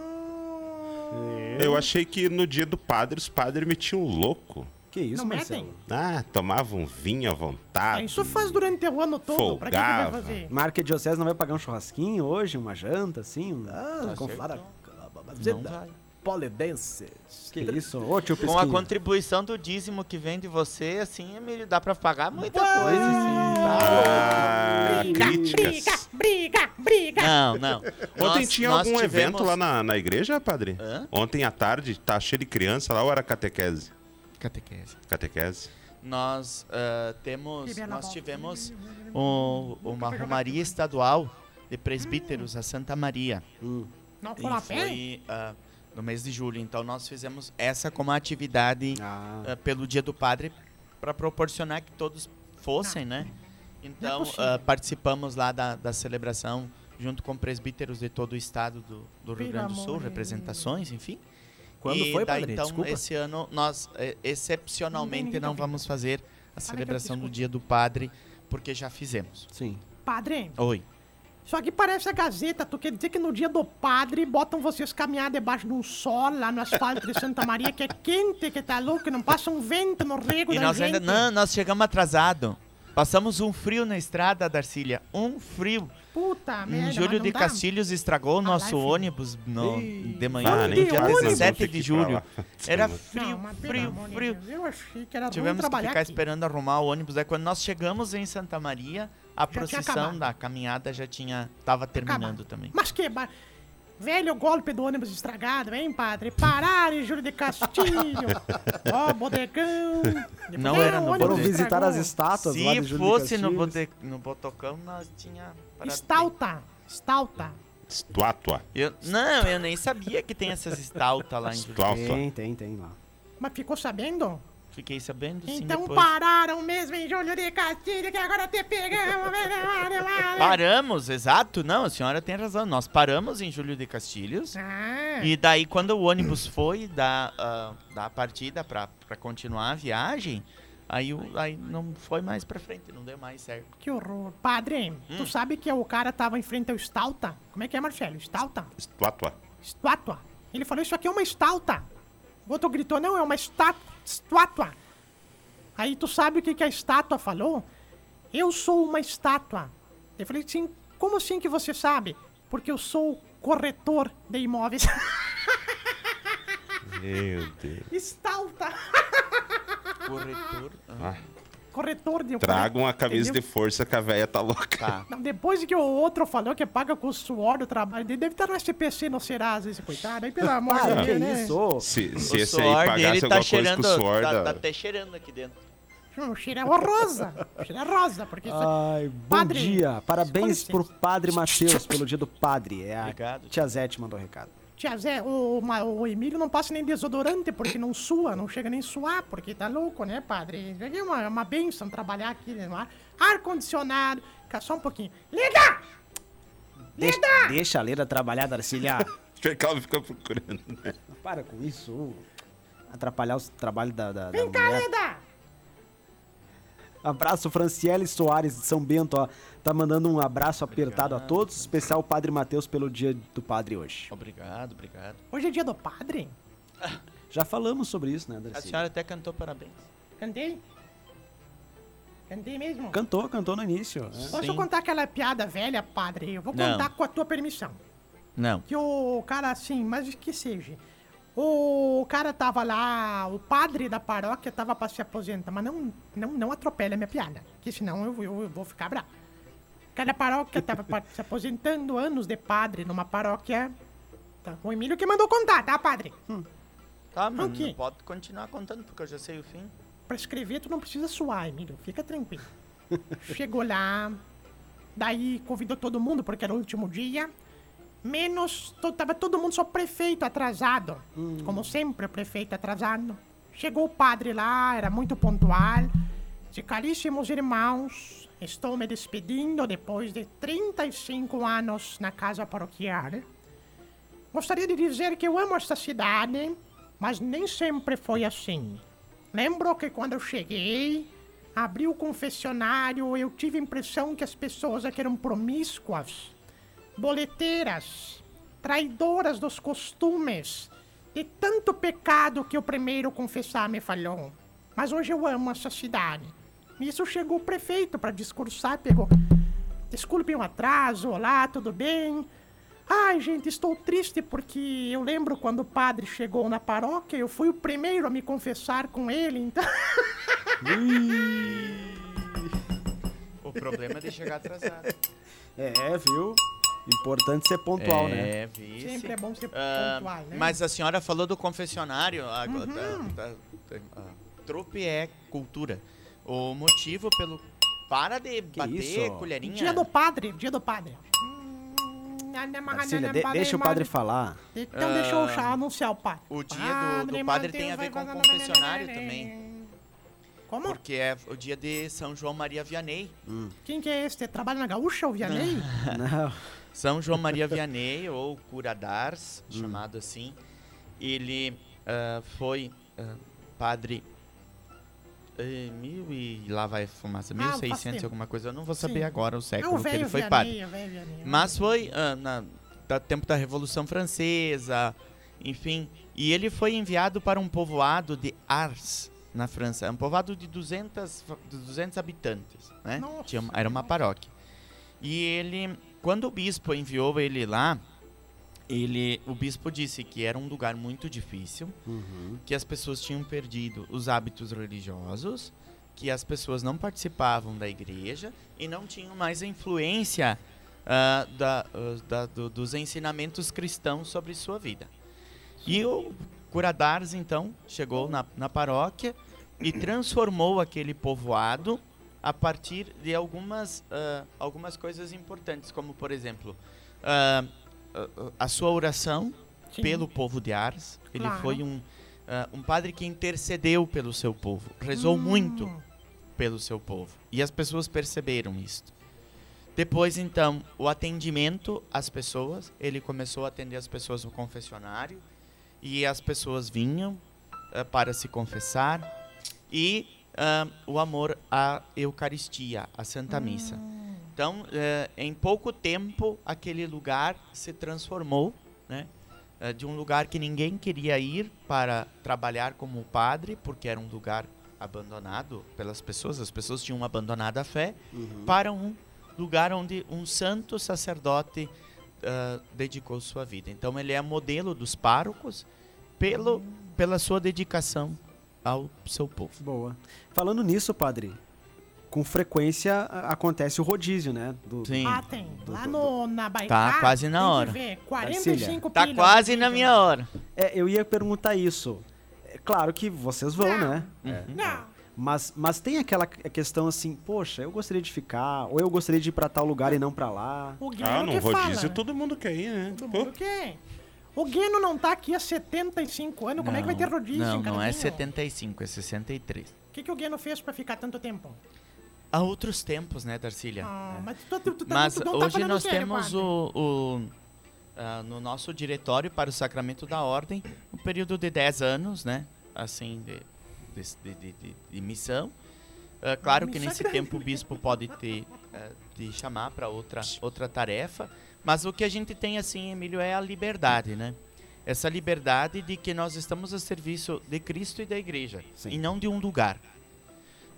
Speaker 4: Eu achei que no dia do padre, os padres metiam um louco.
Speaker 3: Que isso,
Speaker 1: Não
Speaker 3: Marcelo?
Speaker 1: metem?
Speaker 4: Ah, tomava um vinho à vontade.
Speaker 1: Ah, Isso faz durante o ano todo. Pra que, que vai
Speaker 4: Folgava.
Speaker 1: fazer?
Speaker 3: Marca de vocês não vai pagar um churrasquinho hoje, uma janta, assim? Um...
Speaker 2: Ah, conflara.
Speaker 5: Não vai.
Speaker 2: Polidense.
Speaker 3: é que isso? Ô, tio
Speaker 5: Com a
Speaker 3: Pisquinha.
Speaker 5: contribuição do dízimo que vem de você, assim, me dá pra pagar muita
Speaker 2: Ué!
Speaker 5: coisa, assim.
Speaker 4: Ah, críticas.
Speaker 1: briga, briga.
Speaker 5: Não, não.
Speaker 4: Ontem
Speaker 5: Nós-
Speaker 4: tinha
Speaker 5: nós
Speaker 4: algum evento
Speaker 5: tivemos-
Speaker 4: lá na, na igreja, padre?
Speaker 5: Hã?
Speaker 4: Ontem à tarde, tá cheio de criança lá ou era catequese?
Speaker 5: Catequese.
Speaker 4: Catequese?
Speaker 5: nós ah, temos
Speaker 1: Libera a
Speaker 5: nós
Speaker 1: bola.
Speaker 5: tivemos um- uma romaria estadual de presbíteros a Santa Maria
Speaker 1: Não
Speaker 5: e
Speaker 1: cola pé?
Speaker 5: foi ah, no mês de julho então nós fizemos essa como atividade
Speaker 3: Ah,
Speaker 5: ah, pelo Dia do Padre para proporcionar que todos fossem né então
Speaker 1: Tá. é possível.
Speaker 5: ah, participamos lá da, da celebração junto com presbíteros de todo o estado do, do Rio Grande do Sul
Speaker 1: Piramone.
Speaker 5: representações enfim
Speaker 2: Quando
Speaker 5: e
Speaker 2: foi,
Speaker 5: daí,
Speaker 2: padre?
Speaker 5: Então,
Speaker 2: Desculpa.
Speaker 5: esse ano nós eh, excepcionalmente não vamos fazer a celebração do
Speaker 1: escute.
Speaker 5: Dia do Padre, porque já fizemos.
Speaker 3: sim.
Speaker 1: Padre,
Speaker 5: Oi.
Speaker 1: só que parece a Gazeta. Tu quer dizer que no dia do padre botam vocês caminhar debaixo de um sol lá no asfalto de Santa Maria, que é quente, que tá louco, que não passa um vento no rego
Speaker 5: E
Speaker 1: da
Speaker 5: nós
Speaker 1: gente.
Speaker 5: ainda não, nós chegamos atrasado. Passamos um frio na estrada, Darcília. Um frio.
Speaker 1: Puta merda,
Speaker 5: Em
Speaker 1: mas
Speaker 5: Hum, Júlio
Speaker 1: não
Speaker 5: de
Speaker 1: dá.
Speaker 5: Castilhos estragou o nosso
Speaker 1: lá é frio.
Speaker 5: ônibus no, de manhã,
Speaker 4: Ah,
Speaker 5: no
Speaker 4: nem
Speaker 5: dia
Speaker 4: faz, nós vamos
Speaker 5: 17 de
Speaker 4: ter que ir pra
Speaker 5: julho.
Speaker 4: lá.
Speaker 5: Era
Speaker 4: Não,
Speaker 5: frio,
Speaker 1: mas pelo
Speaker 5: frio,
Speaker 1: amor de
Speaker 5: frio.
Speaker 1: Deus, Eu achei que era
Speaker 5: Tivemos
Speaker 1: ruim
Speaker 5: que
Speaker 1: Tá trabalhar
Speaker 5: ficar
Speaker 1: aqui.
Speaker 5: esperando arrumar o ônibus. Aí quando nós chegamos em Santa Maria,
Speaker 1: tinha
Speaker 5: a procissão
Speaker 1: acabado.
Speaker 5: da caminhada já tinha tava terminando também.
Speaker 1: Mas que ba- velho golpe do ônibus estragado, hein, padre? Parar em Júlio de Castilho. Ó, bodegão.
Speaker 5: Não
Speaker 1: Ah,
Speaker 5: era no
Speaker 1: o ônibus
Speaker 3: Foram
Speaker 5: Foram
Speaker 3: visitar
Speaker 1: estragou.
Speaker 3: as
Speaker 4: Ah,
Speaker 3: estátuas lá de Júlio
Speaker 5: Se
Speaker 3: de
Speaker 5: fosse no,
Speaker 3: Castilhos.
Speaker 5: bote, no Botocão, nós tinha... parado
Speaker 1: Estalta. Estalta.
Speaker 4: Estuátua.
Speaker 5: bem. Eu- não, eu nem sabia que tem essas estaltas lá em Júlio.
Speaker 4: Estuátua.
Speaker 3: Tem, tem, tem lá.
Speaker 1: Mas ficou sabendo?
Speaker 5: Fiquei sabendo, sim,
Speaker 1: então
Speaker 5: depois.
Speaker 1: pararam mesmo em Júlio de Castilho, que agora te pegamos. velho.
Speaker 5: Paramos, exato. Não, a senhora tem razão. Nós paramos em Júlio de Castilhos.
Speaker 1: Ah,
Speaker 5: E daí, quando o ônibus foi da, ah, da partida pra, pra continuar a viagem, aí, o- aí não foi mais pra frente, não deu mais certo.
Speaker 1: que horror. Padre,
Speaker 5: Hum.
Speaker 1: tu sabe que o cara tava em frente ao Estalta? Como é que é, Marcelo? Estalta?
Speaker 4: Estuátua.
Speaker 1: Estátua. Ele falou, isso aqui é uma estátua. O outro gritou, não, é uma está- estátua. Aí tu sabe o que, que a estátua falou? Eu sou uma estátua. Eu falei assim, como assim que você sabe? Porque eu sou corretor de imóveis.
Speaker 4: Meu Deus.
Speaker 1: Estátua.
Speaker 5: Corretor. ah,
Speaker 1: Corretor de...
Speaker 4: Tragam uma camisa de força que a véia tá louca.
Speaker 5: tá.
Speaker 1: Não, depois que o outro falou que paga com o suor do trabalho dele, deve estar no SPC, no Serasa, esse coitado. Aí, pelo amor
Speaker 3: Ah,
Speaker 1: de
Speaker 3: que
Speaker 1: Deus, né?
Speaker 3: isso? ô.
Speaker 4: Se, se
Speaker 5: O
Speaker 4: esse aí
Speaker 5: suor
Speaker 4: pagasse
Speaker 5: dele
Speaker 4: alguma
Speaker 5: tá
Speaker 4: coisa com
Speaker 5: cheirando,
Speaker 4: o suor
Speaker 5: tá,
Speaker 4: da...
Speaker 5: tá até cheirando aqui dentro.
Speaker 1: Hum, cheira rosa. Cheira é rosa, porque... isso-
Speaker 3: Ai, bom
Speaker 1: Padre,
Speaker 3: dia. Parabéns
Speaker 1: com licença.
Speaker 3: pro Padre Matheus pelo dia do padre. É a
Speaker 5: Obrigado.
Speaker 3: Tia Zete mandou recado.
Speaker 1: Tia Zé, o, ma- o Emílio não passa nem desodorante porque não sua, não chega nem suar, porque tá louco, né, padre? É uma, uma benção trabalhar aqui né, no ar. Ar-condicionado. Cá, Só um pouquinho. Liga!
Speaker 3: Deixa, deixa a Leda trabalhar, Darcília.
Speaker 4: Acho que ela fica procurando. né?
Speaker 3: Para com isso. ô. Atrapalhar o trabalho da, da, da
Speaker 1: Vem cá,
Speaker 3: mulher.
Speaker 1: Leda!
Speaker 3: Abraço, Franciele Soares de São Bento, ó. Tá mandando um abraço apertado a todos, especial o Padre Matheus pelo dia do padre hoje.
Speaker 5: Obrigado, obrigado.
Speaker 1: Hoje é dia do padre?
Speaker 3: Já falamos sobre isso, né,
Speaker 5: A
Speaker 3: Darcília?
Speaker 5: senhora até cantou parabéns.
Speaker 1: Cantei? Cantei mesmo?
Speaker 3: Cantou, cantou no início. né?
Speaker 1: Posso
Speaker 5: Sim.
Speaker 1: contar aquela piada velha, padre? Eu vou
Speaker 5: Não.
Speaker 1: contar com a tua permissão.
Speaker 5: Não.
Speaker 1: Que o cara, assim, mas que seja. O cara tava lá, o padre da paróquia tava pra se aposentar, mas não, não, não atropela a minha piada, que senão eu, eu, eu vou ficar bravo. O cara da paróquia tava pra- se aposentando anos de padre numa paróquia. Tá, o Emílio que mandou contar, tá, padre?
Speaker 5: Tá, mas
Speaker 1: Ok.
Speaker 5: não pode continuar contando, porque eu já sei o fim.
Speaker 1: Pra escrever, tu não precisa suar, Emílio. Fica tranquilo. Chegou lá. Daí convidou todo mundo, porque era o último dia. Menos. to- Tava todo mundo só prefeito atrasado. Como sempre, o prefeito atrasado. Chegou o padre lá, era muito pontual. De caríssimos irmãos, estou me despedindo depois de 35 anos na casa paroquial. Gostaria de dizer que eu amo esta cidade, mas nem sempre foi assim. Lembro que quando eu cheguei, abri o confessionário, eu tive a impressão que as pessoas aqui eram promíscuas, boleteiras, traidoras dos costumes, de tanto pecado que o primeiro confessar me falhou. Mas hoje eu amo essa cidade. Nisso chegou o prefeito para discursar e pegou. Desculpe o atraso, olá, tudo bem? Ai, gente, estou triste porque eu lembro quando o padre chegou na paróquia, eu fui o primeiro a me confessar com ele, então.
Speaker 5: O problema é de chegar atrasado.
Speaker 3: É, viu? Importante ser pontual, né?
Speaker 5: É, vice.
Speaker 1: Sempre é bom ser
Speaker 5: Ah,
Speaker 1: pontual, né? Uhum.
Speaker 5: Mas a senhora falou do confessionário. A, a- a- a- a- trupe é cultura. O motivo pelo. Para de bater
Speaker 3: isso?
Speaker 5: colherinha.
Speaker 1: Dia do padre, dia do padre. Hum,
Speaker 3: Marcília, de- deixa o padre falar.
Speaker 1: Então deixa eu chá- anunciar o padre.
Speaker 5: Ah, o dia do- do padre tem a
Speaker 1: vai
Speaker 5: ver com o
Speaker 1: fazendo-
Speaker 5: confessionário também.
Speaker 1: Como?
Speaker 5: Porque é o dia de São João Maria Vianney.
Speaker 1: Quem que é esse? Trabalha na gaúcha ou Vianney?
Speaker 5: Ah,
Speaker 3: Não.
Speaker 5: São João Maria Vianney, ou Curadars, chamado assim, ele ah, foi ah, padre eh, mil e lá vai fumaça,
Speaker 1: Ah, faz
Speaker 5: 1600
Speaker 1: tempo.
Speaker 5: alguma coisa, eu não vou saber
Speaker 1: Sim.
Speaker 5: agora o
Speaker 1: É o
Speaker 5: século que ele
Speaker 1: velho
Speaker 5: foi
Speaker 1: Vianney,
Speaker 5: padre.
Speaker 1: é o velho Vianney.
Speaker 5: Mas foi ah, na da tempo da Revolução Francesa, enfim, e ele foi enviado para um povoado de Ars na França, É um povoado de 200, fa- de 200 habitantes, né?
Speaker 1: Nossa.
Speaker 5: Tinha- era uma paróquia. E ele, quando o bispo enviou ele lá, ele, o bispo disse que era um lugar muito difícil, que as pessoas tinham perdido os hábitos religiosos, que as pessoas não participavam da igreja e não tinham mais a influência ah, da- ah, da- do- dos ensinamentos cristãos sobre sua vida. E o Curadares, então, chegou na, na paróquia e transformou aquele povoado a partir de algumas, ah, algumas coisas importantes, como, por exemplo, ah, ah, ah, a sua oração
Speaker 1: Sim.
Speaker 5: pelo povo de Ars. Ele
Speaker 1: Claro.
Speaker 5: foi um, ah, um padre que intercedeu pelo seu povo,
Speaker 1: Hum.
Speaker 5: rezou muito pelo seu povo. E as pessoas perceberam isto. Depois, então, o atendimento às pessoas. Ele começou a atender as pessoas no confessionário. E as pessoas vinham eh, para se confessar. E ah, o amor à Eucaristia, à
Speaker 1: Hum.
Speaker 5: Santa Missa. Então, eh, em pouco tempo, aquele lugar se transformou, né? eh, de um lugar que ninguém queria ir para trabalhar como padre, porque era um lugar abandonado pelas pessoas, as pessoas tinham abandonado a fé, para um lugar onde um santo sacerdote ah, dedicou sua vida. Então ele é modelo dos párocos pelo, pela sua dedicação ao seu povo.
Speaker 3: Boa. Falando nisso, padre, com frequência a- acontece o rodízio, né? Do-
Speaker 5: Sim.
Speaker 1: Ah, tem. Lá no, na Baicá.
Speaker 5: Tá quase na
Speaker 1: tem que
Speaker 5: hora.
Speaker 1: ver, 45
Speaker 5: Tá
Speaker 1: pilhas.
Speaker 5: quase na minha hora.
Speaker 3: É, eu ia perguntar isso. É claro que vocês vão,
Speaker 1: Não.
Speaker 3: né? É.
Speaker 1: Não.
Speaker 3: Mas, mas tem aquela que- questão assim, poxa, eu gostaria de ficar, ou eu gostaria de ir pra tal lugar e não pra lá.
Speaker 1: O Guilherme
Speaker 4: Ah, no
Speaker 1: que fala,
Speaker 4: rodízio
Speaker 1: né?
Speaker 4: todo mundo quer ir, né?
Speaker 1: Todo
Speaker 4: Pô,
Speaker 1: mundo quer. O Gueno não tá aqui há 75 anos, como é que vai ter rodízio,
Speaker 5: Não, não é
Speaker 1: Carlinhos?
Speaker 5: 75, é 63.
Speaker 1: O que, que o Gueno fez pra ficar tanto tempo?
Speaker 5: Há outros tempos, né, Darcília?
Speaker 1: Ah, mas tu, tu, tu, tá-
Speaker 5: Mas
Speaker 1: tu não tá
Speaker 5: hoje
Speaker 1: fazendo
Speaker 5: nós
Speaker 1: sério,
Speaker 5: temos
Speaker 1: padre.
Speaker 5: o, o, ah, no nosso diretório para o sacramento da ordem um período de 10 anos, né? Assim, de, de, de- de- de- de missão. Ah, claro que
Speaker 1: missa
Speaker 5: nesse
Speaker 1: grande.
Speaker 5: tempo o bispo pode te, ah, te chamar para outra, outra tarefa, mas o que a gente tem, assim, Emílio, é a liberdade, né? Essa liberdade de que nós estamos a serviço de Cristo e da igreja,
Speaker 3: Sim.
Speaker 5: e não de um lugar.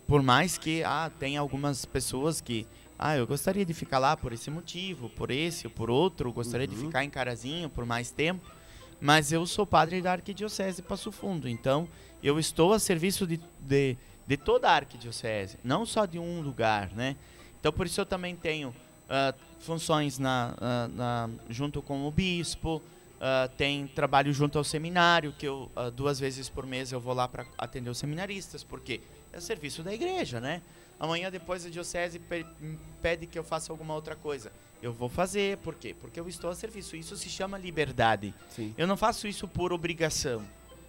Speaker 5: Por mais que ah, tem algumas pessoas que ah, eu gostaria de ficar lá por esse motivo, por esse ou por outro, gostaria de ficar em Carazinho por mais tempo, mas eu sou padre da Arquidiocese de Passo Fundo, então eu estou a serviço de, de, de toda a Arquidiocese, não só de um lugar, né? Então por isso eu também tenho ah, funções na, ah, na- junto com o bispo, ah, tem trabalho junto ao seminário, que eu ah, duas vezes por mês eu vou lá para atender os seminaristas, porque é serviço da igreja, né? Amanhã depois a diocese pe- m- pede que eu faça alguma outra coisa. Eu vou fazer, por quê? Porque eu estou a serviço. Isso se chama liberdade.
Speaker 3: Sim.
Speaker 5: Eu não faço isso por obrigação.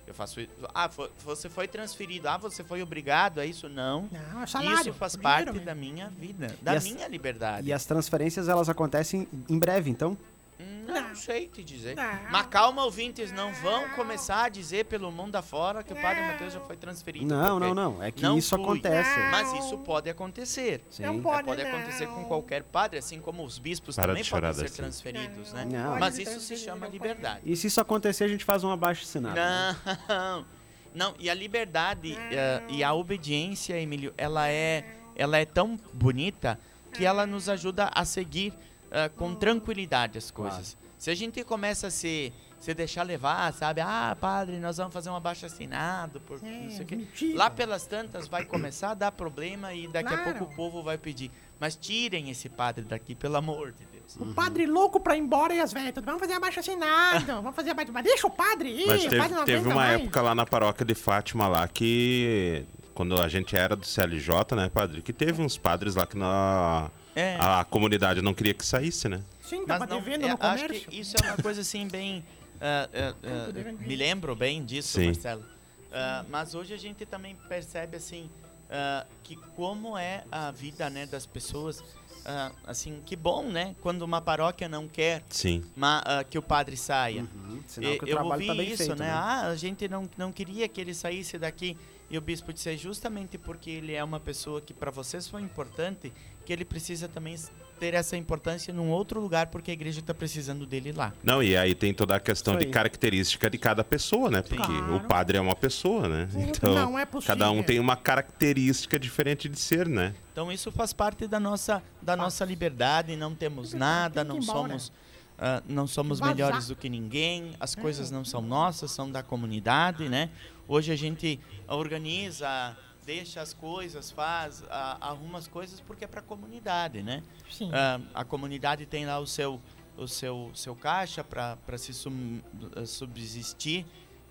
Speaker 5: Eu faço isso. Ah, fo- você foi transferido. Ah, você foi obrigado a isso? Não.
Speaker 1: Não, é salário.
Speaker 5: isso faz
Speaker 1: dinheiro
Speaker 5: parte
Speaker 1: mesmo.
Speaker 5: da minha vida, da
Speaker 3: né? E as-
Speaker 5: minha liberdade.
Speaker 3: E as transferências elas acontecem em breve, então?
Speaker 5: Hum, Não, sei te dizer.
Speaker 1: Não.
Speaker 5: Mas calma, ouvintes, não vão começar a dizer pelo mundo afora que o Padre Mateus já foi transferido.
Speaker 3: Não,
Speaker 5: porque
Speaker 3: não, não. É que
Speaker 5: Não
Speaker 3: isso
Speaker 5: fui.
Speaker 3: acontece.
Speaker 1: Não.
Speaker 5: Ah, Mas isso pode acontecer.
Speaker 3: Sim.
Speaker 1: Não
Speaker 5: É,
Speaker 1: pode,
Speaker 5: Pode, acontecer
Speaker 1: não.
Speaker 5: com qualquer padre, assim como os bispos
Speaker 4: Para
Speaker 5: também
Speaker 4: de chorar,
Speaker 5: podem ser
Speaker 4: Darcy.
Speaker 5: transferidos, né?
Speaker 3: Não.
Speaker 5: Mas
Speaker 1: Pode
Speaker 5: isso se
Speaker 1: transferir,
Speaker 5: chama
Speaker 1: não pode.
Speaker 5: liberdade.
Speaker 3: E se isso acontecer, a gente faz um abaixo assinado. né?
Speaker 5: Não, Não, e a liberdade eh, e a obediência, Emílio, ela é, ela é tão bonita que ela nos ajuda a seguir eh, com tranquilidade as coisas. Se a gente começa a se, se deixar levar, sabe? Ah, padre, nós vamos fazer um abaixo assinado, por não sei o quê.
Speaker 1: mentira.
Speaker 5: Lá pelas tantas vai começar a dar problema e daqui a
Speaker 1: Claro.
Speaker 5: pouco o povo vai pedir. Mas tirem esse padre daqui, pelo amor de Deus.
Speaker 1: O padre louco pra ir embora e as velhas. tudo, Vamos fazer abaixo assinado. vamos fazer abaixo. Mas deixa o padre ir.
Speaker 4: Mas
Speaker 1: o
Speaker 4: teve,
Speaker 1: padre não
Speaker 4: teve
Speaker 1: aguenta
Speaker 4: uma
Speaker 1: mais.
Speaker 4: época lá na paróquia de Fátima lá que. Quando a gente era do CLJ, né, padre? Que teve uns padres lá que na-
Speaker 5: É.
Speaker 4: a comunidade não queria que saísse, né?
Speaker 1: Sim, tá
Speaker 5: Mas
Speaker 1: tava
Speaker 5: não,
Speaker 1: devendo
Speaker 5: é,
Speaker 1: no
Speaker 5: acho
Speaker 1: comércio.
Speaker 5: que isso é uma coisa assim bem. ah, ah, ah, me lembro bem disso,
Speaker 4: Sim.
Speaker 5: Marcelo. Ah, mas hoje a gente também percebe assim ah, que como é a vida né, das pessoas. ah, assim, que bom, né? Quando uma paróquia não quer
Speaker 4: Sim.
Speaker 5: ma- ah, que o padre saia.
Speaker 3: Uhum, sinal
Speaker 5: E-
Speaker 3: que o
Speaker 5: eu
Speaker 3: trabalho
Speaker 5: ouvi
Speaker 3: tá bem
Speaker 5: isso,
Speaker 3: feito,
Speaker 5: né?
Speaker 3: né?
Speaker 5: Ah, a gente não, não queria que ele saísse daqui. E o bispo disse, é justamente porque ele é uma pessoa que para vocês foi importante, que ele precisa também s- ter essa importância num outro lugar, porque a igreja está precisando dele lá.
Speaker 4: Não, e aí tem toda a questão
Speaker 3: Isso
Speaker 4: de
Speaker 3: aí.
Speaker 4: característica de cada pessoa, né? Porque
Speaker 1: Claro.
Speaker 4: o padre é uma pessoa, né?
Speaker 1: Tudo
Speaker 4: Então,
Speaker 1: não é possível.
Speaker 4: cada um tem uma característica diferente de ser, né?
Speaker 5: Então isso faz parte da nossa, da nossa liberdade, não temos nada,
Speaker 1: Ah. tem que
Speaker 5: não
Speaker 1: ir embora.
Speaker 5: somos, ah, não somos
Speaker 1: Vazar. É.
Speaker 5: melhores do que ninguém, as coisas não são nossas, são da comunidade, né? Hoje a gente organiza, deixa as coisas, faz, ah, arruma as coisas porque é para a comunidade, né?
Speaker 1: Sim.
Speaker 5: Ah, a comunidade tem lá o seu, o seu, seu caixa para se sum- eh, subsistir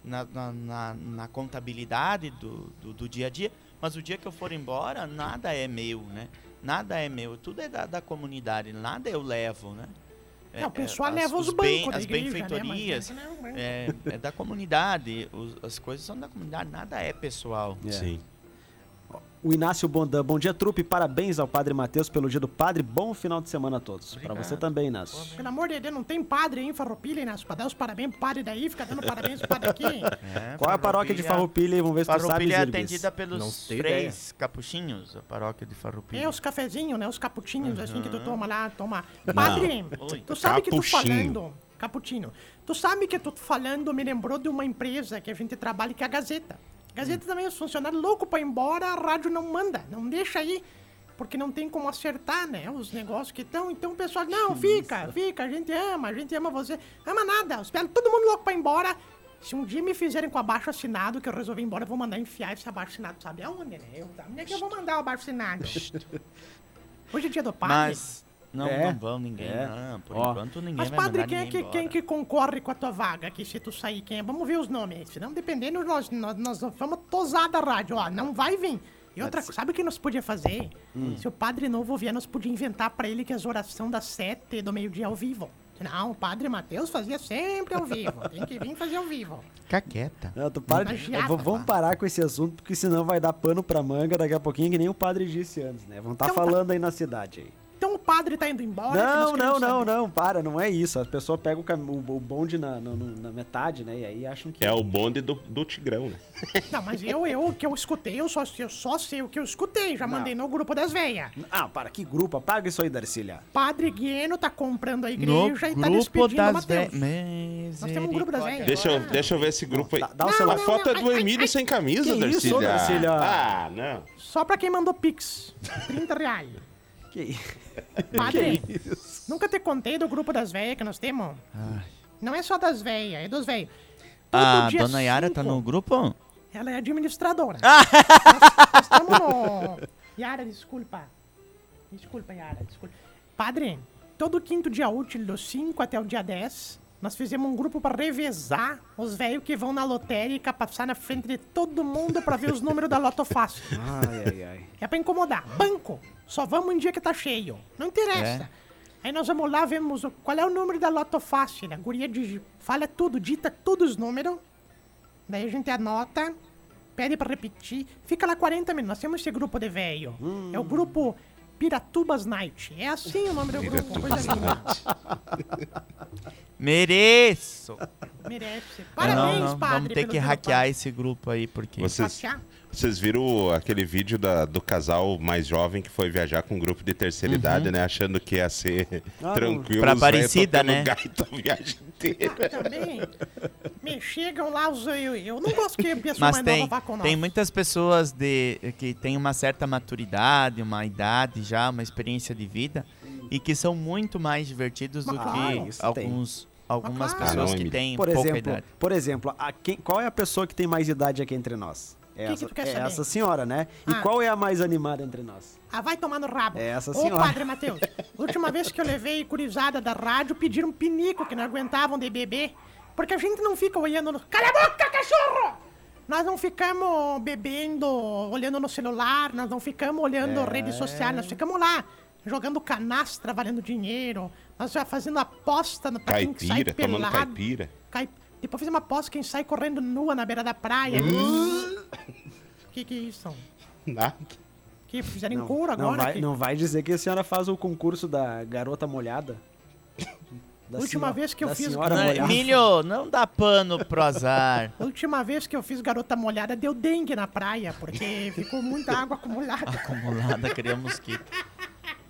Speaker 5: na, na, na- na contabilidade do, do, do dia a dia. Mas o dia que eu for embora, nada é meu, né? Nada é meu, tudo é da, da comunidade, nada eu levo, né? É,
Speaker 1: Não, o
Speaker 5: é,
Speaker 1: pessoal
Speaker 5: as-
Speaker 1: leva os, bancos
Speaker 5: bem-
Speaker 1: da
Speaker 5: As
Speaker 1: igreja,
Speaker 5: benfeitorias,
Speaker 1: Né? mas- mas não, mas-
Speaker 5: é, é da comunidade, os- as coisas são da comunidade, nada é pessoal.
Speaker 3: É.
Speaker 4: Sim.
Speaker 3: O Inácio Bondan, bom dia, trupe. Parabéns ao Padre Matheus pelo dia do Padre. Bom final de semana a todos. Pra você também, Inácio.
Speaker 1: Pelo amor de Deus, não tem padre em Farroupilha, Inácio, pra dar os parabéns pro padre daí, fica dando parabéns pro padre aqui.
Speaker 3: Qual é a paróquia de Farroupilha? aí? Vamos ver se tu sabe,
Speaker 5: né? Farroupilha é
Speaker 3: Zirbis.
Speaker 5: atendida
Speaker 2: Não
Speaker 5: pelos
Speaker 2: tenho
Speaker 5: três
Speaker 2: ideia.
Speaker 5: capuchinhos, a paróquia de Farroupilha.
Speaker 1: É os cafezinhos, né? Os caputinhos, assim, que tu toma lá, toma. Padre,
Speaker 5: Oi.
Speaker 1: tu sabe que tu
Speaker 4: Capuchinho.
Speaker 1: falando... Caputino, tu sabe que tu falando me lembrou de uma empresa que a gente trabalha, que é a Gazeta. Gazeta também, é os funcionários loucos pra ir embora, a rádio não manda, não deixa aí, porque não tem como acertar, né? Os negócios que estão, então o pessoal, não, fica, fica, a gente ama, a gente ama você. Ama nada, espero todo mundo louco pra ir embora. Se um dia me fizerem com abaixo assinado, que eu resolvi ir embora, eu vou mandar enfiar esse abaixo assinado, sabe aonde, né? Eu, onde é que eu vou mandar o abaixo assinado? Hoje é dia do padre.
Speaker 5: Mas não,
Speaker 3: É,
Speaker 5: não vão ninguém,
Speaker 3: é.
Speaker 5: não. Por
Speaker 3: Ó.
Speaker 5: enquanto ninguém
Speaker 1: Mas,
Speaker 5: vai
Speaker 1: padre,
Speaker 5: mandar
Speaker 1: quem é
Speaker 5: ninguém
Speaker 1: que, quem
Speaker 5: embora.
Speaker 1: que concorre com a tua vaga aqui se tu sair? Quem é? Vamos ver os nomes. Senão, dependendo, nós, nós, nós vamos tosar da rádio. Ó, não vai vir. E outra coisa, sabe o que nós podia fazer?
Speaker 5: Hum.
Speaker 1: Se o padre novo vier, nós podia inventar pra ele que as orações das sete do meio-dia é ao vivo. Não, o padre Matheus fazia sempre ao vivo. Tem que vir fazer ao vivo.
Speaker 5: Caqueta.
Speaker 3: Não, É, tu para de-
Speaker 1: Imagina,
Speaker 3: v- Vamos parar com esse assunto, porque senão vai dar pano pra manga daqui a pouquinho, que nem o padre disse antes, né? Vão estar
Speaker 5: um
Speaker 1: Então tá.
Speaker 3: falando aí na cidade. Aí.
Speaker 1: Então o padre tá indo embora. que nós
Speaker 3: Não, não,
Speaker 1: queremos
Speaker 3: não,
Speaker 1: saber.
Speaker 3: não, para, não é isso. As pessoas pegam o, cam- o- o bonde na, no- no- na metade, né? E aí acham que.
Speaker 4: É o bonde do, do Tigrão, né?
Speaker 1: Não, mas eu, eu, que eu escutei, eu só, eu só sei o que eu escutei. Já mandei no grupo das veias.
Speaker 3: Ah, para, que grupo? Apaga isso aí, Darcília.
Speaker 1: Padre Guieno tá comprando a igreja
Speaker 5: No
Speaker 1: e tá
Speaker 5: grupo
Speaker 1: despedindo o
Speaker 5: das
Speaker 1: Matheus.
Speaker 5: velhas.
Speaker 1: Nós temos um grupo das velhas.
Speaker 4: Deixa eu, deixa eu ver esse grupo aí.
Speaker 3: Dá, dá o
Speaker 1: Não,
Speaker 3: celular.
Speaker 4: A foto é
Speaker 1: ai,
Speaker 4: do
Speaker 1: ai,
Speaker 4: Emílio
Speaker 1: ai.
Speaker 4: sem camisa,
Speaker 3: Que isso,
Speaker 4: Darcília.
Speaker 3: Darcília?
Speaker 4: Ah, não.
Speaker 1: Só pra quem mandou Pix. 30 reais.
Speaker 3: Que-
Speaker 1: Padre, nunca te contei do grupo das velhas que nós temos? Não é só das velhas, é dos velhos. Todo
Speaker 5: A
Speaker 1: dia
Speaker 5: dona Yara tá
Speaker 1: cinco,
Speaker 5: no grupo?
Speaker 1: Ela é administradora. Nós- nós tamo no... Yara, desculpa. Desculpa, Yara, desculpa. Padre, todo quinto dia útil, do 5 até o dia 10, nós fizemos um grupo pra revezar os velhos que vão na lotérica passar na frente de todo mundo pra ver os números da Loto Fácil.
Speaker 3: Ai, ai, ai.
Speaker 1: É pra incomodar. Banco, só vamos em dia que tá cheio. Não interessa.
Speaker 5: É.
Speaker 1: Aí nós vamos lá, vemos o- qual é o número da Loto Fácil. né? A guria digi- fala tudo, dita todos os números. Daí a gente anota, pede pra repetir. Fica lá 40 minutos. Nós temos esse grupo de velho.
Speaker 5: Hum.
Speaker 1: É o grupo Piratubas Night. É assim o nome do grupo. Coisa linda.
Speaker 5: Mereço!
Speaker 1: Merece.
Speaker 5: É, não,
Speaker 1: Parabéns,
Speaker 5: não,
Speaker 1: padre.
Speaker 5: vamos ter
Speaker 1: pelo
Speaker 5: que
Speaker 1: seu
Speaker 5: hackear
Speaker 1: trabalho.
Speaker 5: esse grupo aí, porque...
Speaker 4: Vocês,
Speaker 1: Hackear?
Speaker 4: vocês viram aquele vídeo da- do casal mais jovem que foi viajar com um grupo de terceira idade, né? Achando que ia ser
Speaker 3: Uhum. Ah, não.
Speaker 4: tranquilo.
Speaker 5: Pra
Speaker 4: os velhos
Speaker 5: Aparecida,
Speaker 4: tocando
Speaker 5: né?
Speaker 4: gaita a viagem inteira.
Speaker 1: Ah, também. Me chegam lá os. Eu, eu não gosto que a pessoa
Speaker 5: Mas
Speaker 1: mais
Speaker 5: tem,
Speaker 1: nova vá com nós.
Speaker 5: tem muitas pessoas de, que têm uma certa maturidade, uma idade já, uma experiência de vida e que são muito mais divertidos do
Speaker 1: Mas claro,
Speaker 5: que
Speaker 3: isso
Speaker 5: alguns, algumas
Speaker 1: claro.
Speaker 5: pessoas que
Speaker 4: Anônimo.
Speaker 5: têm
Speaker 3: Por
Speaker 5: pouca
Speaker 3: exemplo,
Speaker 5: idade.
Speaker 3: por exemplo a quem, qual é a pessoa que tem mais idade aqui entre nós? É,
Speaker 1: que
Speaker 3: essa,
Speaker 1: tu quer
Speaker 3: é
Speaker 1: saber?
Speaker 3: essa senhora, né? E
Speaker 1: Ah.
Speaker 3: qual é a mais animada entre nós?
Speaker 1: Ah, vai tomar no rabo.
Speaker 3: É, essa
Speaker 1: Ô,
Speaker 3: senhora.
Speaker 1: padre Matheus, última vez que eu levei curizada da rádio, pediram um pinico, que não aguentavam de beber. Porque a gente não fica olhando no... Cala a boca, cachorro! Nós não ficamos bebendo, olhando no celular, nós não ficamos
Speaker 3: É.
Speaker 1: olhando redes sociais, nós ficamos lá jogando canastra, valendo dinheiro, nós já fazendo aposta no- pra quem sai
Speaker 4: Caipira, tomando
Speaker 1: pelado.
Speaker 4: caipira.
Speaker 1: Cai... Depois fizemos uma aposta quem sai correndo nua na beira da praia.
Speaker 3: Hum.
Speaker 1: que que é isso?
Speaker 4: Nada.
Speaker 1: Que fizeram
Speaker 3: Não,
Speaker 1: couro
Speaker 3: não
Speaker 1: agora?
Speaker 3: vai,
Speaker 1: que-
Speaker 3: não vai dizer que a senhora faz o concurso da garota molhada? Da
Speaker 1: Última
Speaker 3: senhora-
Speaker 1: vez que eu
Speaker 3: da
Speaker 1: fiz-
Speaker 3: Senhora
Speaker 5: Não,
Speaker 3: molhada.
Speaker 5: Emílio, não dá pano pro azar.
Speaker 1: A última vez que eu fiz garota molhada deu dengue na praia, porque ficou muita água acumulada.
Speaker 5: Acumulada, cria mosquito.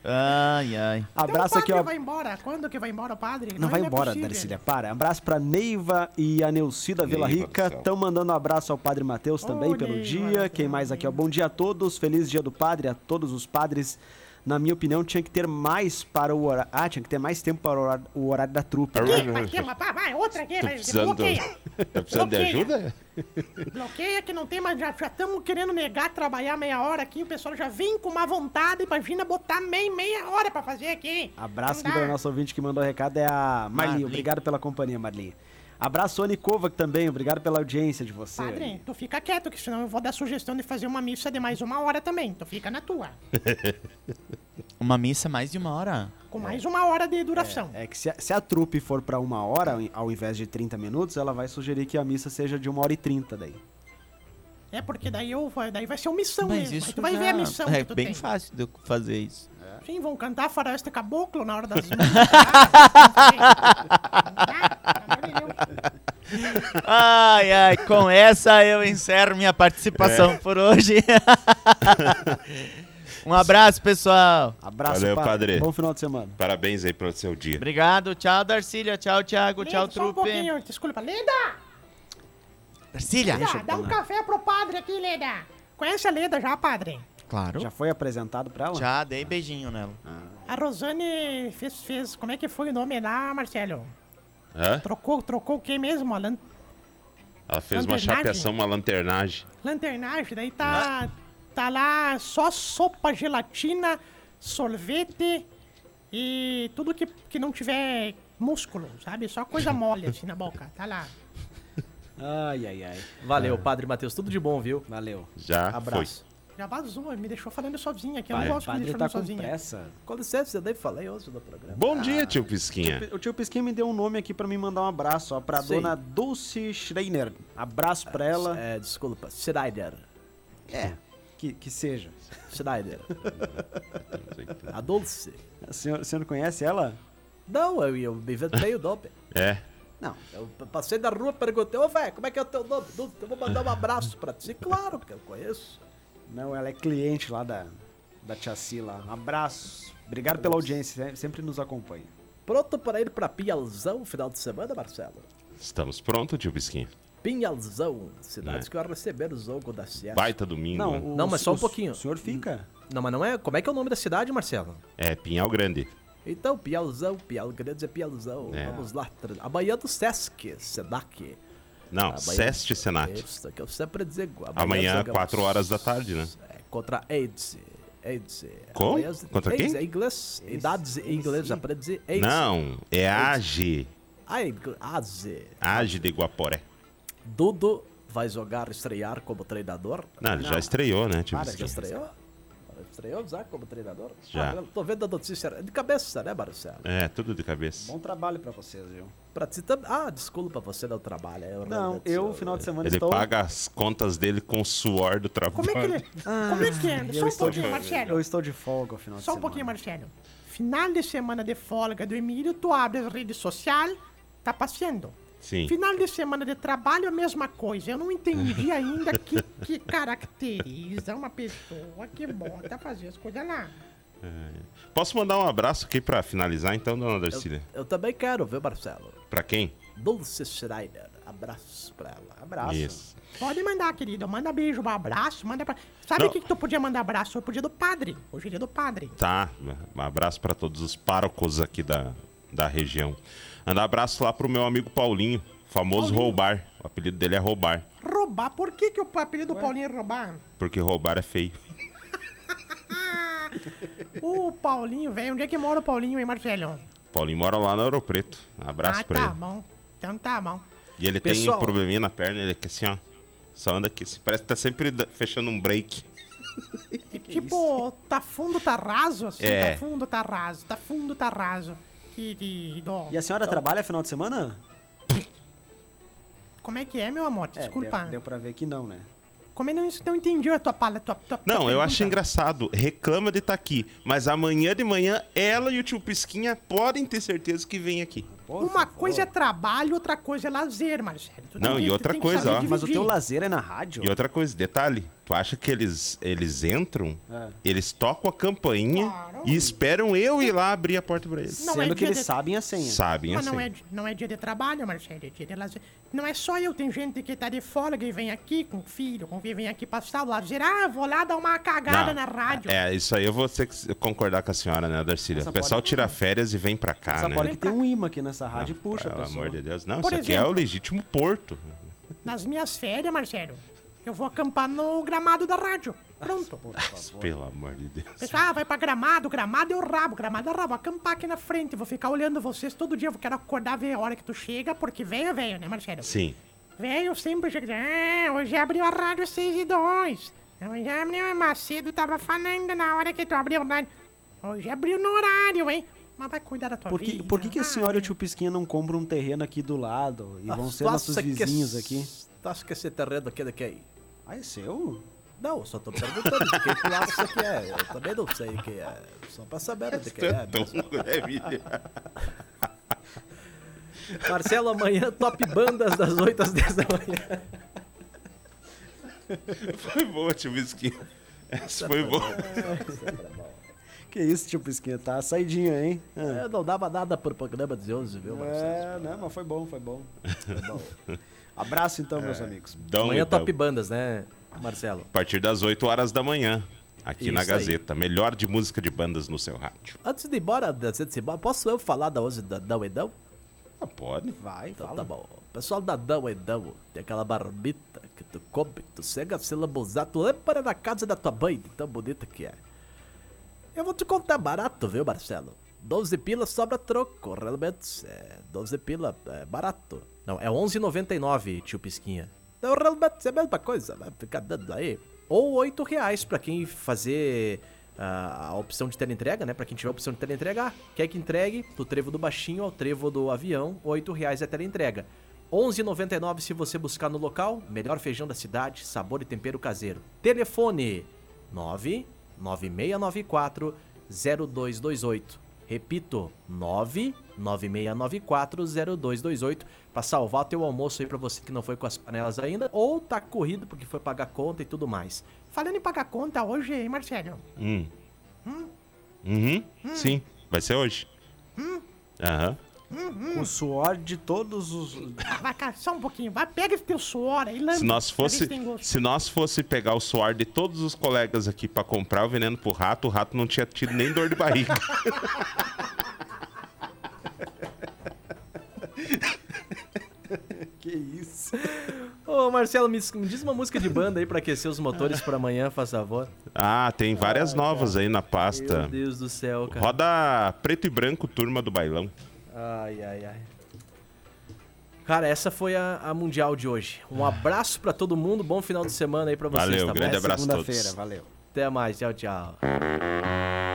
Speaker 5: Ai, ai.
Speaker 3: Abraço
Speaker 1: então, o
Speaker 3: aqui,
Speaker 1: padre
Speaker 3: ó.
Speaker 1: vai embora. Quando que vai embora o padre?
Speaker 3: Não vai
Speaker 1: é
Speaker 3: embora,
Speaker 1: possível.
Speaker 3: Darcília, para. Abraço pra Neiva e a Neucida Vila
Speaker 4: Neiva do
Speaker 3: Rica.
Speaker 4: céu.
Speaker 3: Estão mandando um abraço ao Padre Matheus também
Speaker 1: Ô,
Speaker 3: pelo
Speaker 1: Neiva do
Speaker 3: dia.
Speaker 1: céu.
Speaker 3: Quem mais aqui? ó? Bom dia a todos. Feliz dia do Padre a todos os padres. Na minha opinião, tinha que ter mais para o horário. Ah, tinha que ter mais tempo para o horário, o horário da
Speaker 4: É
Speaker 3: trupe.
Speaker 1: Ih, vai ter uma- vai, vai, outra aqui,
Speaker 4: Tô
Speaker 1: vai,
Speaker 4: precisando,
Speaker 1: bloqueia.
Speaker 4: tô precisando de ajuda?
Speaker 1: Bloqueia que não tem mais, já estamos querendo negar trabalhar meia hora aqui, o pessoal já vem com má vontade, imagina botar meia, meia hora pra fazer aqui.
Speaker 3: Abraço
Speaker 1: Não
Speaker 3: aqui
Speaker 1: dá.
Speaker 3: para o nosso ouvinte que mandou o recado, é a Marli.
Speaker 5: Marli.
Speaker 3: Obrigado pela companhia, Marli. Abraço, Oni Kovac também. Obrigado pela audiência de você.
Speaker 1: Padre, tu fica quieto, que senão eu vou dar sugestão de fazer uma missa de mais uma hora também, tu fica na tua.
Speaker 5: Uma missa mais de uma hora.
Speaker 1: Com mais uma hora de duração.
Speaker 3: É que se a, se a trupe for para uma hora, ao invés de 30 minutos, ela vai sugerir que a missa seja de uma hora e 30 daí.
Speaker 1: É porque daí, eu, daí vai ser omissão
Speaker 5: Mas
Speaker 1: mesmo. Aí
Speaker 5: isso
Speaker 1: Então tu vai
Speaker 5: já
Speaker 1: ver a missão
Speaker 5: é
Speaker 1: que tu
Speaker 5: bem
Speaker 1: tem.
Speaker 5: fácil de eu fazer isso.
Speaker 1: Sim, vão cantar Faroeste Caboclo na hora das. né?
Speaker 5: Ai, ai, com essa eu encerro minha participação por hoje. um abraço, pessoal.
Speaker 3: Abraço,
Speaker 4: Valeu, padre.
Speaker 3: Bom final de semana.
Speaker 4: Parabéns aí pelo seu dia.
Speaker 5: Obrigado, tchau, Darcília, tchau, Thiago,
Speaker 1: Linda, só
Speaker 5: tchau,
Speaker 1: um
Speaker 5: trupe.
Speaker 1: pouquinho, desculpa. Leda!
Speaker 5: Darcília,
Speaker 1: Leda, dá um café pro padre aqui, Leda. Conhece a Leda já, padre?
Speaker 5: Claro.
Speaker 3: Já
Speaker 5: Já,
Speaker 3: foi apresentado para ela?
Speaker 5: dei beijinho nela.
Speaker 1: A Rosane fez, fez. Como é que foi o nome lá, Marcelo?
Speaker 4: Hã?
Speaker 1: Trocou, trocou o que mesmo? A lan-
Speaker 4: Ela fez uma
Speaker 1: Lanternagem?
Speaker 4: chapeação, uma lanternagem.
Speaker 1: lanternagem, daí tá. Tá lá só sopa, gelatina, sorvete e tudo que, que não tiver músculo, sabe? Só coisa mole assim na boca. Tá lá.
Speaker 3: Ai, ai, ai.
Speaker 2: Valeu, Padre Matheus. Tudo de bom, viu?
Speaker 3: Valeu.
Speaker 4: Já
Speaker 3: Abraço.
Speaker 1: Já vazou, me deixou falando sozinha aqui. Eu
Speaker 3: Pai,
Speaker 1: não
Speaker 3: o
Speaker 1: gosto de me
Speaker 3: padre
Speaker 1: deixar
Speaker 3: tá com
Speaker 1: sozinha.
Speaker 3: pressa.
Speaker 2: Com licença, já daí falei hoje do programa.
Speaker 4: foi. Bom dia,
Speaker 1: Ah.
Speaker 4: tio Pisquinha.
Speaker 3: O tio Pisquinha me deu um nome aqui para me mandar um abraço, ó, pra
Speaker 2: Sim.
Speaker 3: dona Dulce Schreiner. Abraço para ela.
Speaker 2: É, desculpa, Schneider.
Speaker 3: É. Que, que seja.
Speaker 2: Schneider. A Dulce.
Speaker 3: O senhor, o senhor conhece ela?
Speaker 2: Não, eu, eu me inventei o nome.
Speaker 4: É.
Speaker 3: Não.
Speaker 2: Eu p- passei na rua e perguntei, ô velho, como é que é o teu nome? Dulce, eu vou mandar um abraço pra ti. Claro que eu conheço.
Speaker 3: Não, ela é cliente lá da, da Tia Sila. Um Abraço. Obrigado pela audiência, se- sempre nos acompanha.
Speaker 2: Pronto para ir pra Pinhalzão final de semana, Marcelo?
Speaker 4: Estamos prontos, tio Pisquinha.
Speaker 2: Pinhalzão, cidades
Speaker 4: É.
Speaker 2: que vai receber o jogo da Serra.
Speaker 4: Baita domingo. né?
Speaker 3: o-
Speaker 2: Não, mas só um
Speaker 3: o-
Speaker 2: pouquinho.
Speaker 3: O senhor fica?
Speaker 2: Não, mas não é. Como é que é o nome da cidade, Marcelo?
Speaker 4: É, Pinhal Grande.
Speaker 2: Então, Piauzão, Piau Grande é Piauzão.
Speaker 4: É.
Speaker 2: Vamos lá. tra- Amanhã do Sesc, Senac.
Speaker 4: Não,
Speaker 2: Amanhã-
Speaker 4: Seste Senac.
Speaker 2: Isso, que eu sempre digo.
Speaker 4: Amanhã,
Speaker 2: jogamos-
Speaker 4: 4 horas da tarde, né?
Speaker 2: É, contra AIDS. AIDS.
Speaker 4: Com?
Speaker 2: Amanhã-
Speaker 4: Contra
Speaker 2: AIDS
Speaker 4: quem?
Speaker 2: em inglês. Idades em inglês. Aprende AIDS.
Speaker 4: Não, é Age.
Speaker 2: A ingl- AZ.
Speaker 4: Age de Guaporé.
Speaker 2: Dudu vai jogar, estrear como treinador.
Speaker 4: Não, ele já estreou, né, tio
Speaker 3: Para,
Speaker 2: Já
Speaker 4: Pisquinha?
Speaker 2: estreou? Estreou já como treinador?
Speaker 4: Já.
Speaker 2: Ah, eu tô vendo a notícia de cabeça, né, Marcelo?
Speaker 4: É, tudo de cabeça.
Speaker 3: Bom trabalho pra vocês, viu?
Speaker 2: Pra ti também. Ah, desculpa, você não trabalha. é Eu
Speaker 3: Não,
Speaker 2: realmente-
Speaker 3: eu, final de semana,
Speaker 4: Ele
Speaker 3: estou.
Speaker 4: paga as contas dele com o suor do trabalho.
Speaker 1: Como é que ele. como é
Speaker 3: Ah,
Speaker 1: que é? Só um pouquinho, Marcelo.
Speaker 3: Eu estou de folga ao final de
Speaker 1: Só
Speaker 3: semana.
Speaker 1: um pouquinho, Marcelo. Final de semana de folga do Emílio, tu abre a rede social, tá passeando.
Speaker 4: Sim.
Speaker 1: Final de semana de trabalho, a mesma coisa. Eu não entendi ainda que, que caracteriza uma pessoa que bota fazer as coisas lá.
Speaker 4: Posso mandar um abraço aqui pra finalizar, então, dona Darcília?
Speaker 2: Eu também quero, viu, Marcelo?
Speaker 4: Pra quem?
Speaker 2: Dulce Schneider,
Speaker 3: Abraços pra ela. Abraço.
Speaker 4: Isso.
Speaker 1: Pode mandar, querido. Manda beijo, um abraço, manda pra... Sabe
Speaker 4: Não.
Speaker 1: o que, que tu podia mandar abraço? Hoje é dia do padre. Hoje é dia do padre.
Speaker 4: Tá, um abraço para todos os párocos aqui da, da região. Mandar um abraço lá pro meu amigo Paulinho, famoso roubar. O apelido dele é roubar,
Speaker 1: Roubar. Por que, que o apelido do Paulinho é roubar?
Speaker 4: porque roubar é feio.
Speaker 1: O Paulinho, velho. Onde é que mora o Paulinho, hein, Marcelo?
Speaker 4: Paulinho mora lá no Ouro Preto. Um abraço
Speaker 1: ah,
Speaker 4: pra
Speaker 1: tá
Speaker 4: ele.
Speaker 1: bom. Então tá bom.
Speaker 4: E ele tem
Speaker 2: Pessoal.
Speaker 4: um probleminha na perna, ele é que assim, ó. Só anda aqui. assim, Parece que tá sempre da- fechando um break.
Speaker 3: é
Speaker 1: tipo, tá fundo, tá raso, assim.
Speaker 4: É.
Speaker 1: Tá fundo, tá raso. Tá fundo, tá raso. Querido.
Speaker 3: E a senhora trabalha final de semana?
Speaker 1: Como é que é, meu amor?
Speaker 3: É,
Speaker 1: Desculpa.
Speaker 3: Deu, deu pra ver que não, né?
Speaker 1: Como então eu não, não entendi a tua pala, tua, tua tua
Speaker 4: Não, eu
Speaker 1: pergunta.
Speaker 4: acho engraçado. Reclama de estar aqui. Mas amanhã de manhã, ela e o tio Pisquinha podem ter certeza que vem aqui.
Speaker 3: Pô,
Speaker 1: Uma
Speaker 3: por
Speaker 1: coisa é
Speaker 3: favor.
Speaker 1: trabalho, outra coisa é lazer, Marcelo. Tu
Speaker 4: Não,
Speaker 1: tem
Speaker 4: e
Speaker 1: que- tu
Speaker 4: outra
Speaker 1: tem que
Speaker 4: coisa,
Speaker 1: saber
Speaker 4: ó.
Speaker 3: Mas o
Speaker 1: dividir.
Speaker 3: teu lazer é na rádio?
Speaker 4: E outra coisa, detalhe. Tu acha que eles, eles entram,
Speaker 3: É.
Speaker 4: eles tocam a campainha
Speaker 1: Claro.
Speaker 4: e esperam eu ir lá abrir a porta pra eles.
Speaker 1: Não é
Speaker 3: Sendo que
Speaker 1: dia
Speaker 3: eles
Speaker 1: de-
Speaker 3: sabem a senha.
Speaker 4: Sabem
Speaker 1: Mas
Speaker 4: assim.
Speaker 1: não é, di- não é dia de trabalho, Marcelo, é dia de lazer. Não é só eu, tem gente que tá de folga e vem aqui com o filho, com vem aqui passar o lazer. Ah, vou lá dar uma cagada
Speaker 4: Não,
Speaker 1: na rádio.
Speaker 4: É, isso aí eu vou ter que concordar com a senhora, né, Darcília?
Speaker 3: Essa
Speaker 4: O pessoal
Speaker 3: porta-
Speaker 4: tira férias e vem pra cá,
Speaker 3: Essa
Speaker 4: né? Ah,
Speaker 3: pode que tem um imã aqui nessa rádio e puxa,
Speaker 4: Pelo
Speaker 3: pessoal.
Speaker 4: amor de Deus. Não,
Speaker 1: Por
Speaker 4: isso aqui é
Speaker 1: exemplo-
Speaker 4: o legítimo porto.
Speaker 1: Nas minhas férias, Marcelo, eu vou acampar no gramado da rádio. Pronto.
Speaker 4: Pelo amor de Deus.
Speaker 1: Pessoal, ah, vai pra gramado, gramado é o rabo, gramado é o rabo. Vou acampar aqui na frente, vou ficar olhando vocês todo dia. Eu quero acordar, ver a hora que tu chega, porque velho é velho, né, Marcelo?
Speaker 4: Sim.
Speaker 1: Velho sempre chega. Ah, hoje abriu a rádio 6 e 2. Hoje abriu, mas Macedo tava falando na hora que tu abriu o rádio. Hoje abriu no horário, hein? Mas vai cuidar da tua
Speaker 3: Por que,
Speaker 1: vida.
Speaker 3: por que, que a
Speaker 1: vai.
Speaker 3: senhora e o tio Pisquinha não compram um terreno aqui do lado? E vão ser nossos
Speaker 2: tá
Speaker 1: é
Speaker 3: vizinhos aqui.
Speaker 2: Tu acha que esse tá terreno aqui é daqui aí?
Speaker 3: Ah, é seu?
Speaker 2: Não, eu só tô perguntando de que tu acha que é. Eu também não sei o que é. Só pra saber de que é.
Speaker 4: Então, é vida.
Speaker 2: Marcelo, amanhã, top bandas das 8 às 10 da manhã.
Speaker 4: Foi boa, tio Bisquinho. Essa foi boa.
Speaker 3: Que isso, tio Pisquinha? Tá saidinha, hein? Ah.
Speaker 2: Eu É, não dava nada pro programa de 11, viu, Marcelo?
Speaker 3: É, né? Mas foi bom, foi bom. Foi bom. Abraço então,
Speaker 4: É,
Speaker 3: meus amigos.
Speaker 4: Dão
Speaker 2: Amanhã,
Speaker 4: e dão.
Speaker 2: top bandas, né, Marcelo?
Speaker 4: então, A partir das 8 horas da manhã, aqui na
Speaker 2: Isso aí.
Speaker 4: Gazeta. Melhor de música de bandas no seu rádio.
Speaker 2: Antes de ir embora, antes de ir embora, posso eu falar da 11 da Dão e Dão?
Speaker 4: Ah, pode.
Speaker 3: Vai,
Speaker 2: Então
Speaker 3: fala.
Speaker 2: tá bom. O pessoal da Dão e Dão tem aquela barbita que tu come, tu chega a se lambuzar, tu lembra da casa da tua mãe, de tão bonita que é. Eu vou te contar barato, viu, Marcelo? 12 pila sobra troco, realmente. É 12 pila é barato. Não, é 11,99, tio Pisquinha. Então, realmente é a mesma coisa, vai ficar dando aí. Ou 8 reais pra quem fazer ah, a opção de teleentrega, né? Pra quem tiver a opção de teleentrega. ah, Quer que entregue do trevo do baixinho ao trevo do avião, 8 reais é teleentrega. 11,99 se você buscar no local, melhor feijão da cidade, sabor e tempero caseiro. Telefone 99694 0228. Repito, 99694 0228 para salvar teu almoço aí para você que não foi com as panelas ainda ou tá corrido porque foi pagar conta e tudo mais.
Speaker 1: Falando em pagar conta hoje, hein, Marcelo?
Speaker 4: Hum. Uhum. Sim. Vai ser hoje.
Speaker 1: Hum?
Speaker 4: Aham.
Speaker 3: O suor de todos os.
Speaker 1: Ah, Vai, cara, só um pouquinho. Vai, pega esse teu suor aí, lambe.
Speaker 4: Se nós
Speaker 1: pra ver se
Speaker 4: fosse,
Speaker 1: tem gosto.
Speaker 4: se nós fosse pegar o suor de todos os colegas aqui pra comprar o veneno pro rato, o rato não tinha tido nem dor de barriga.
Speaker 3: Que isso?
Speaker 2: Ô Marcelo, me, me diz uma música de banda aí para aquecer os motores para amanhã, faz favor.
Speaker 4: Ah, tem várias novas aí na
Speaker 2: Meu
Speaker 4: pasta.
Speaker 2: Deus do céu, cara.
Speaker 4: Roda preto e branco, turma do bailão.
Speaker 2: Ai, ai, ai. Cara, essa foi a, a mundial de hoje. Um abraço para todo mundo, bom final de semana aí para vocês,
Speaker 4: Ah. Valeu,
Speaker 2: tá bom?
Speaker 4: grande
Speaker 3: Até
Speaker 4: abraço a todos.
Speaker 3: segunda-feira, valeu.
Speaker 2: Até mais, tchau, tchau.